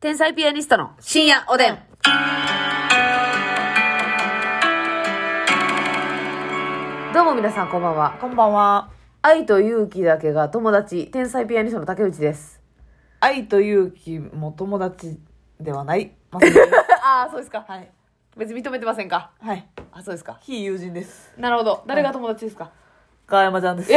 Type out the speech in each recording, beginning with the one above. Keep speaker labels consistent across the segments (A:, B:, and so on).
A: 天才ピアニストの深夜おでん。どうも皆さんこんばんは。
B: こんばんは。
A: 愛と勇気だけが友達、天才ピアニストの竹内です。
B: 愛と勇気も友達ではない。まさに
A: ああ、そうですか。
B: はい。
A: 別に認めてませんか。
B: はい。
A: あ、そうですか。
B: 非友人です。
A: なるほど。誰が友達ですか、
B: 川山ちゃんです。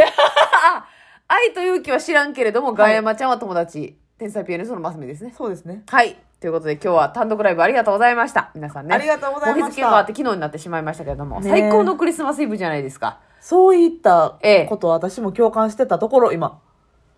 A: 愛と勇気は知らんけれども、ガヤマちゃんは友達。天才ピアニストのマスミですね。
B: そうですね。
A: はい。ということで今日は単独ライブありがとうございました。皆さんね。
B: ありがとうございました
A: もう日付が変わって昨日になってしまいましたけれども、
B: ねえ
A: 最高のクリスマスイブじゃないですか。
B: そういった
A: ええ
B: ことを私も共感してたところ、今。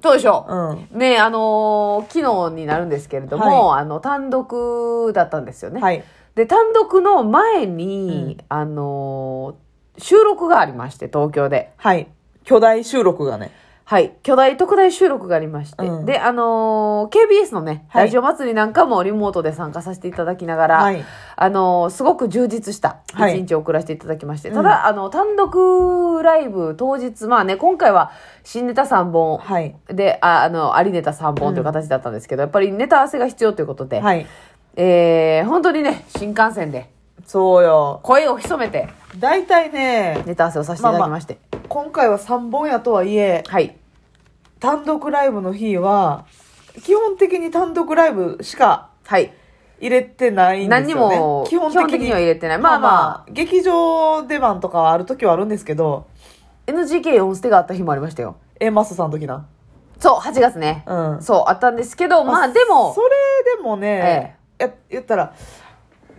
A: どうでしょう、
B: うん。
A: ねえあのー昨日になるんですけれども、あの、単独だったんですよね。
B: はい。
A: で、単独の前に、あのー収録がありまして、東京で。
B: はい。巨大収録がね。
A: はい。巨大特大収録がありまして。
B: うん
A: で、あのー KBS のね、
B: はい
A: ラジオ祭りなんかもリモートで参加させていただきながら、
B: はい
A: あのーすごく充実した
B: はい
A: 一日を送らせていただきまして、ただ、あの、単独ライブ当日、まあね、今回は新ネタ3本、
B: はい。
A: で、ああの、ありネタ3本という形だったんですけど、やっぱりネタ合わせが必要ということで、
B: はい。
A: えー、本当にね、新幹線で
B: そうよ。
A: 声を潜めて
B: 大体ね、
A: ネタ合わせをさせていただきまして、
B: 今回は3本やとはいえ、
A: はい。
B: 単独ライブの日は、基本的に単独ライブしか
A: はい。
B: 入れてないんです
A: 何
B: よね。
A: にも
B: 基本
A: 基本
B: 的
A: 的に
B: に
A: は入れてない
B: まあ
A: まあま
B: まあ、劇場出番とかはある時はあるんですけど、
A: NGK オンステがあった日もありましたよ。
B: A マスさんの時な。
A: そう、8月ね。
B: うん
A: そう、あったんですけど、まあでも
B: そ、れでもね、や言ったら、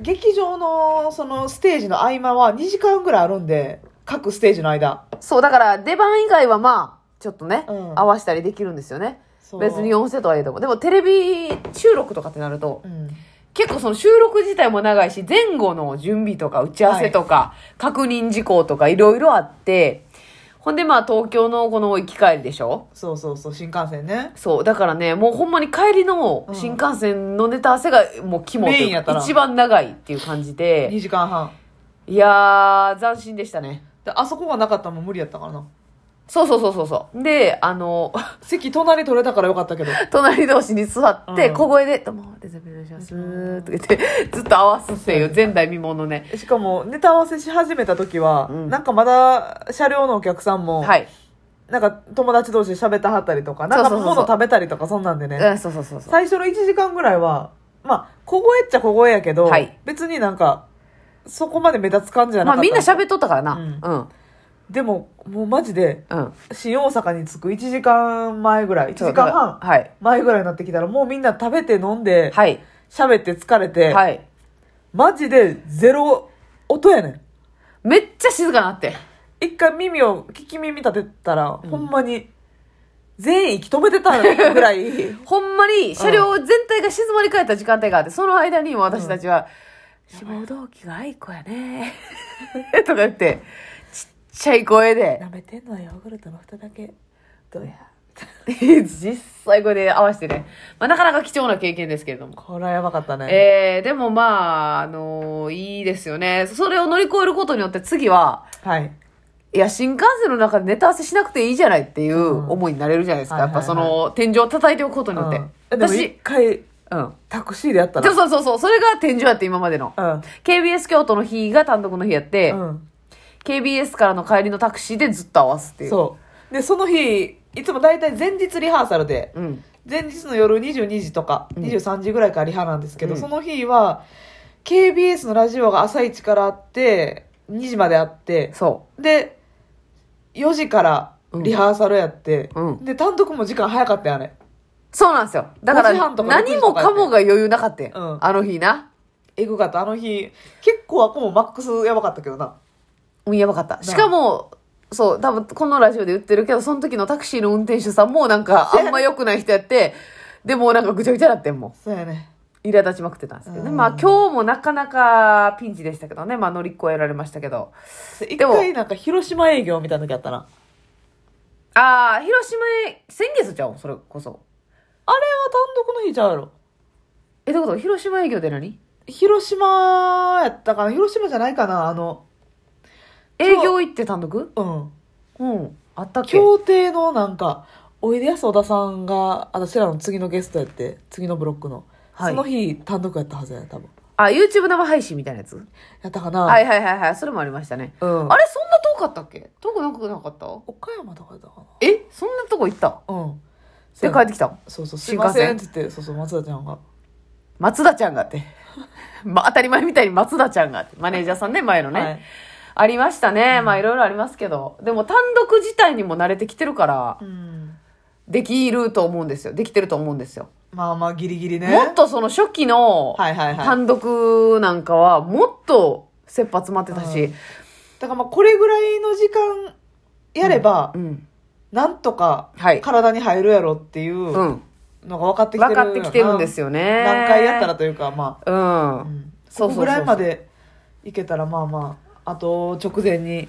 B: 劇場のそのステージの合間は2時間ぐらいあるんで、各ステージの間。
A: そう、だから出番以外はまあ、ちょっとね、
B: うん
A: 合わせたりできるんですよね
B: そ。う
A: 別に音声とはいえども。でもテレビ収録とかってなると、
B: うん。
A: 結構その収録自体も長いし、前後の準備とか打ち合わせとか、確認事項とかいろいろあって、ほんでまあ東京のこの行き帰りでしょ
B: そうそうそう、新幹線ね。
A: そう。だからね、もうほんまに帰りの新幹線のネタ合わせがもう肝というか
B: メインやったな
A: 一番長いっていう感じで。
B: 2時間半。
A: いやー、斬新でしたね。
B: であそこがなかったらもう無理やったからな。
A: そうそうそうそうそう。で、あの、
B: 席隣取れたからよかったけど。
A: 隣同士に座って、
B: うん
A: 小声で、どうも、デザインお願いします。とか言って、ずっと合わすっていう前代未聞のね。
B: しかも、ネタ合わせし始めた時は、
A: うん
B: なんかまだ車両のお客さんも、
A: はい。
B: なんか友達同士で喋ってはったりとか、なんか
A: そうそうそうそ
B: 物
A: う
B: 食べたりとかそんなんでね。
A: うん、そうそうそうそう。
B: 最初の1時間ぐらいは、まあ、小声っちゃ小声やけど、
A: はい
B: 別になんか、そこまで目立つ感じじゃな
A: まあ
B: かった。
A: みんな喋っとったからな。う
B: うん
A: ん。
B: でも、もうマジで、
A: うん。
B: 新大阪に着く1時間前ぐらい、1時
A: そうだ
B: 間
A: から
B: 半
A: はい。
B: 前ぐらいになってきたら、もうみんな食べて飲んで、
A: はい。
B: 喋って疲れて、
A: はい。
B: マジでゼロ音やねん。
A: めっちゃ静かなって。
B: 一回耳を、聞き耳立てたら、ほんまに、全員息止めて たぐらい、
A: ほんまに車両全体が静まり返った時間帯があって、その間に私たちは、志望動機が愛子やね。 とか言って、ちっちゃい声で。
B: 舐めてんのはヨーグルトの蓋だけ。どうや。
A: 実際これで合わせてね、まあ、なかなか貴重な経験ですけれども。
B: これはやばかったね。
A: えー、でもまあ、あのーいいですよね。それを乗り越えることによって次は、
B: はい。
A: いや、新幹線の中でネタ合わせしなくていいじゃないっていう思いになれるじゃないですか。
B: うん
A: やっぱその、天井を叩いておくことによって。
B: うん、でも一
A: 私、
B: 回
A: うん。
B: タクシーでやった
A: そう
B: ら
A: そうそうそう、それが天井やって今までの。KBS 京都の日が単独の日やって、
B: うん、うん、
A: KBS からの帰りのタクシーでずっと合わすっていう。
B: そうでその日いつも大体前日リハーサルで、
A: うん。
B: 前日の夜22時とか
A: ん
B: 23時ぐらいからリハなんですけど、
A: うん
B: その日は KBS のラジオが朝一からあって2時まであって
A: そ
B: で4時からリハーサルやって、
A: うん
B: で単独も時間早かったよね
A: う。そうなんですよ。だか
B: 5時
A: ら、
B: 半とか6時
A: 何
B: と
A: も
B: かやって
A: かもが余裕なかったよ、
B: うん
A: あの日な。
B: えぐかったあの日結構あこもマックスやばかったけどな
A: うん、やばかった。しかも、そう、多分このラジオで言ってるけど、その時のタクシーの運転手さんもなんか、あんま良くない人やって、でもうなんかぐちゃぐちゃなってんもん。
B: そうやね
A: 苛立ちまくってたんですけどね。
B: うん
A: まあ今日もなかなかピンチでしたけどね。まあ乗り越えられましたけど。
B: で一
A: でも
B: 回なんか広島営業みたいな時あったな
A: あー、広島へ、先月じゃん、それこそ。
B: あれは単独の日ちゃうやろ。
A: え、どういうこと広島営業で何
B: 広島やったかな広島じゃないかなあの、
A: 営業行って単独
B: うん。
A: うん。あったっけ
B: 協定のなんか、おいでやす小田さんが、私らの次のゲストやって、次のブロックの。
A: はい
B: その日単独やったはずやね多分や
A: あ、YouTube 生配信みたいなやつ
B: ったかな、
A: はいはいはいはい。それもありましたね。
B: うん、
A: あれ、そんな遠かったっけ遠くなくなかった
B: 岡山とかやったか
A: えそんなとこ行った
B: なうん
A: で、帰ってきたん
B: そうそうす
A: 新
B: い
A: 幹
B: ません
A: 線
B: って言ってそうそう松田ちゃんが
A: 松田ちゃんがって。 ま、当たり前みたいに松田ちゃんがって。マネージャーさんね、前のね。
B: はい
A: ありましたね。まあ、いろいろありますけど。でも、単独自体にも慣れてきてるから、
B: うん
A: できると思うんですよ。できてると思うんですよ。
B: まあまあギリギリね
A: もっとその初期の
B: はいはいはい
A: 単独なんかは、もっと切羽詰まってたし、
B: だからまあこれぐらいの時間やれば、
A: うん。
B: なんとか
A: はい。
B: 体に入るやろっていううんのが分かってきて
A: 分
B: る
A: かってきてるんです
B: よ
A: よね。
B: 何回やったらというかま
A: うん
B: あ、うん、
A: そ
B: そう
A: そうそうそう
B: こぐらいまでいけたらまあまああと直前に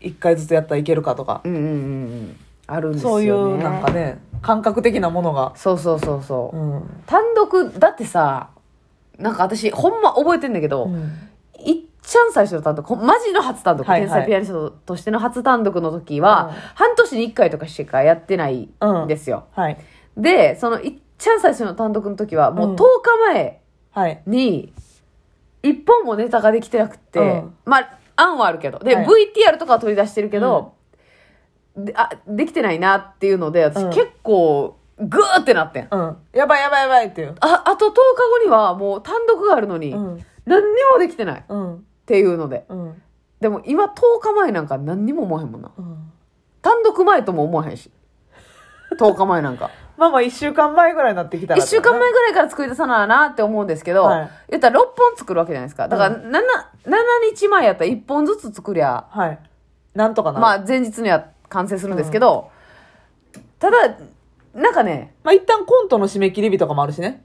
B: 1回ずつやったらいけるかとか、
A: うんうんうんうんあるんですよ
B: そ
A: ね
B: ういうなんかね感覚的なものが、
A: そうそうそうそう、
B: うん
A: 単独だってさなんか私ほんま覚えてんだけど、
B: うん
A: いっちゃん最初の単独ほんマジの初単独、
B: はいはい
A: 天才ピアニストとしての初単独の時は、
B: うん
A: 半年に1回とかしかやってないんですよ、
B: はい
A: でそのいっちゃん最初の単独の時はもう10
B: ん
A: 日前
B: はい
A: に一本もネタができてなくて、
B: うん
A: まあ案はあるけどで、
B: はい
A: VTR とかは取り出してるけど、であできてないなっていうので私
B: うん
A: 結構グーってなってん、
B: うんやばいやばいやばいっていう
A: ああと10日後にはもう単独があるのに、
B: うん
A: 何にもできてないっ
B: うん
A: ていうので
B: うん
A: でも今10日前なんか何にも思わへんもんな
B: うん
A: 単独前とも思わへんし10日前なん か
B: まあまあ1週間前ぐらいになってきたら
A: 1週間前ぐらいから作り出さなあなって思うんですけど、
B: はい
A: 言ったら6本作るわけじゃないですかだから 7,、7日前やったら1本ずつ作りゃ
B: はいなんとかなる
A: まあ前日には完成するんですけど、ただなんかね
B: まあ一旦コントの締め切り日とかもあるしね。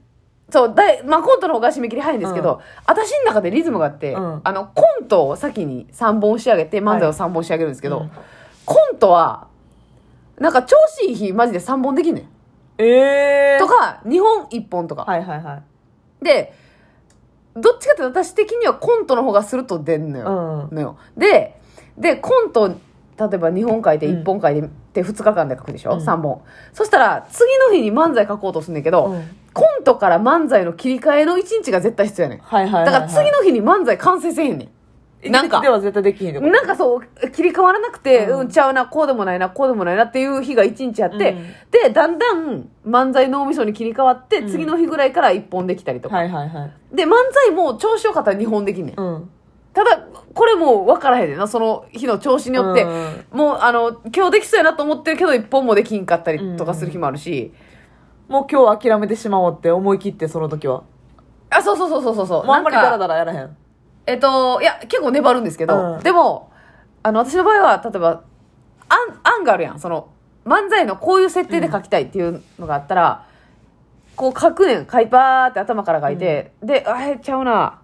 A: そうだい、まあ、コントの方が締め切り早いんですけど、
B: う
A: 私の中でリズムがあって、
B: うん
A: あのコントを先に3本仕上げて漫才を3本仕上げるんですけど、
B: うん
A: コントはなんか調子いい日マジで3本できんねん
B: ええ
A: とか2本1本とか、
B: はいはいはい。
A: でどっちかっていうと私的にはコントの方がすると出んのよ,、
B: う
A: のよででコント例えば2本書いて1本書いてって2日間で書くでしょ、
B: うん
A: 3本そしたら次の日に漫才書こうとするんだけど、
B: ん。うん。
A: コントから漫才の切り替えの1日が絶対必要やねん
B: はいはいはい、はい。
A: だから次の日に漫才完成せへんね
B: 一日
A: なんか
B: では絶対できひんよ。
A: なんかそう切り替わらなくて、う
B: うんん
A: ちゃうなこうでもないなこうでもないなっていう日が1日あって、
B: うん
A: でだんだん漫才脳みそに切り替わって、
B: うん
A: 次の日ぐらいから1本できたりとか、
B: はいはいはい。
A: で漫才も調子よかったら2本できんねん、
B: うん。
A: ただこれもう分からへんねんなその日の調子によって、
B: うん
A: もうあの今日できそうやなと思ってるけど1本もできんかったりとかする日もあるし、
B: もう今日諦めてしまおうって思い切ってその時は。
A: あそうそうそうそうそうそう
B: もうあんまり
A: な
B: ダ
A: か
B: ラダラやらへん。
A: えっと、いや、結構粘るんですけど、
B: うん
A: でも、あの、私の場合は、例えば、案、案があるやん。その、漫才のこういう設定で書きたいっていうのがあったら、こう書くねん。書いばーって頭から書いて、で、あえ、ちゃうな。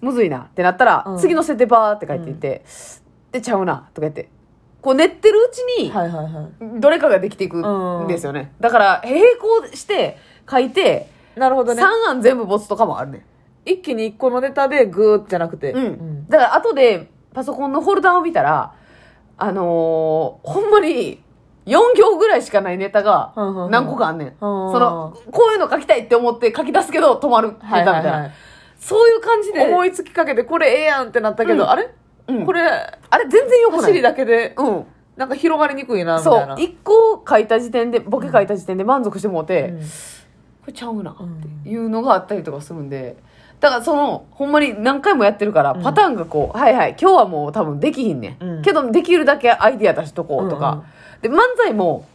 A: むずいなってなったら、
B: うん
A: 次の設定ばーって書いていって、で、ちゃうなとか言って、こう練ってるうちに、
B: はいはいはい。
A: どれかができていくんですよね。だから、並行して書いて、
B: なるほど
A: 3
B: ね。
A: 案全部ボツとかもあるねん。
B: 一気に一個のネタでグーってじゃなくて。
A: うん、だから後でパソコンのフォルダを見たらあのーほんまに4行ぐらいしかないネタが
B: うんうんうん
A: 何個かあんねん、
B: うんうん
A: そのこういうの書きたいって思って書き出すけど止まるネタみた
B: はい
A: いな、
B: はいはい。
A: そういう感じで
B: 思いつきかけてこれええやんってなったけど、
A: うん
B: あれ、
A: うん
B: これ、
A: あれ全然よくな
B: 走
A: い
B: りだけで、
A: うん
B: なんか広がりにくいな、み
A: そ
B: たいうな。
A: 1個書いた時点でボケ書いた時点で満足してもうて、
B: うん
A: これちゃうなっ
B: うん
A: ていうのがあったりとかするんでだからそのほんまに何回もやってるから
B: うん
A: パターンがこう、はいはい今日はもう多分できひんね、
B: うんん
A: けどできるだけアイディア出しとこうとか、で漫才も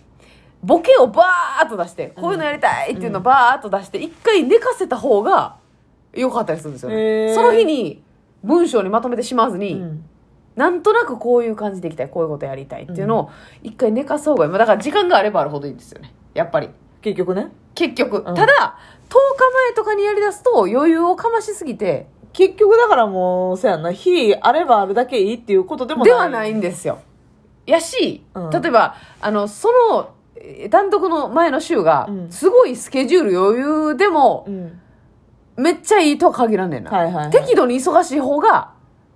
A: ボケをバーッと出して、こういうのやりたいっていうのをバーッと出して一回寝かせた方が良かったりするんですよ
B: へ
A: ね
B: ー
A: その日に文章にまとめてしまわずに、
B: うん
A: なんとなくこういう感じでいきたいこういうことやりたいっていうのを一回寝かそうがいいまあだから時間があればあるほどいいんですよねやっぱり
B: 結局ね。
A: 結局、
B: ん
A: ただ10日前とかにやりだすと余裕をかましすぎて
B: 結局だからもうそうやんな日あればあるだけいいっていうことでもない
A: ではないんですよやし、
B: うん
A: 例えばあのそのえー単独の前の週が
B: うん
A: すごいスケジュール余裕でも
B: うん
A: めっちゃいいとは限らんねんな、
B: はいはいはい
A: 適度に忙しい方が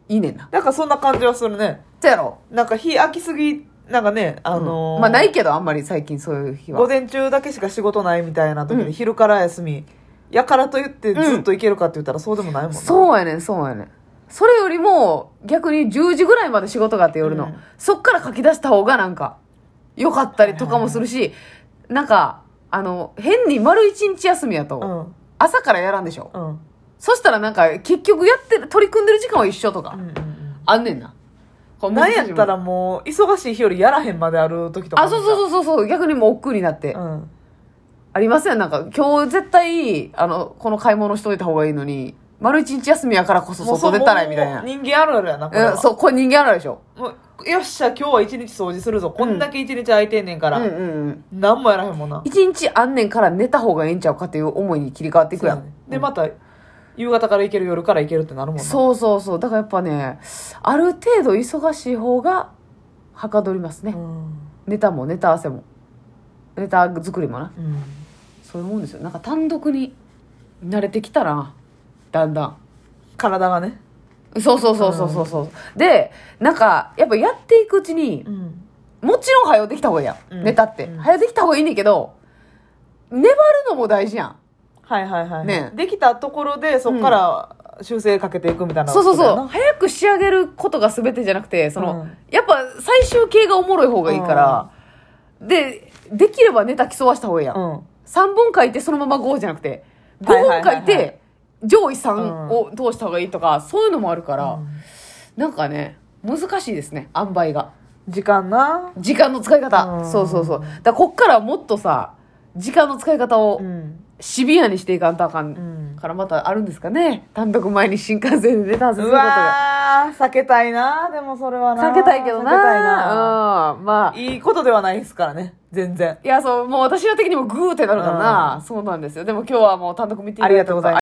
A: いいねんな
B: なんかそんな感じはするね
A: そうやろ、
B: なんか日空きすぎなんかねあのー
A: まあないけどあんまり最近そういう日は
B: 午前中だけしか仕事ないみたいな時
A: うん
B: で昼から休みやからと言ってずっといけるかって言ったらそうでもないもんな、
A: そうやねん、そうやねん。それよりも、逆に10時ぐらいまで仕事があって夜の、
B: うん
A: そっから書き出した方がなんか、良かったりとかもするし、なんか、あの、変に丸一日休みやと、
B: うん
A: 朝からやらんでしょ。
B: うん
A: そしたらなんか、結局やってる、取り組んでる時間は一緒とか、
B: うんうん
A: あんねんな。こう
B: うん、なんやっ
A: 難しい
B: た
A: もん
B: らもう忙しい日よりやらへんまである時とか
A: あ、そうそうそうそうそう、逆にもう億劫になって。
B: うん、
A: ありますよ、なんか、今日絶対、あの、この買い物しといた方がいいのに、丸一日休みやからこそ
B: もうそ
A: 外
B: う
A: 出たらみたい
B: もう
A: な。
B: 人間あるあるやなこれは
A: うん、そう、これ人間あるでしょ。
B: もうよっしゃ今日は一日掃除するぞこんだけ一日空いてんねんか
A: う
B: ら、
A: んうんうん。
B: 何もやらへんもんな
A: 一日あんねんから寝た方がええんちゃうかっていう思いに切り替わっていくやん。
B: そうやねでまた夕方から行ける夜から行けるってなるもんな
A: そうそうそう。だからやっぱね、ある程度忙しい方が、はかどりますね。
B: うん
A: ネタもネタ合わせも。ネタ作りもな。
B: うん
A: そういうもんですよ。なんか単独に慣れてきたな。だんだん。
B: 体がね、
A: そうそうそうそうそうそう。で、なんか、やっぱやっていくうちに、
B: ん、
A: もちろん早うできた方がいいやん。
B: うん
A: ネタって。
B: うん
A: 早うできた方がいいねんけど、粘るのも大事やん。
B: はいはいはい、
A: ね
B: できたところでそこから修正かけていくみたいな、
A: そうそう
B: ことや
A: そう。
B: な
A: 早く仕上げることが全てじゃなくて、その、
B: うん
A: やっぱ最終形がおもろい方がいいから、で、できればネタ競わした方がいいやん。
B: うん
A: 3本書いてそのまま5じゃなくて、5
B: はいはい
A: 本
B: はいは
A: 書
B: い
A: いて上位3を通した方がいいとか、そういうのもあるから、なんかね、難しいですね、塩梅が。
B: 時間な
A: 時間の使い方。
B: うん
A: そうそうそう。だからこっからもっとさ、時間の使い方を
B: ん
A: シビアにしていかんとあかん。
B: うん
A: からまたあるんですかね単独前に新幹線で出たんです
B: う
A: ることが。
B: わー避けたいなでもそれはな
A: 避けたいけどな
B: 避けたいな
A: うん。まあ。
B: いいことではないですからね全然
A: いや、そう、もう私の的にもグーってなるからな。そうなんですよ。でも今日はもう単独見ていただいたこと
B: ありがとうございます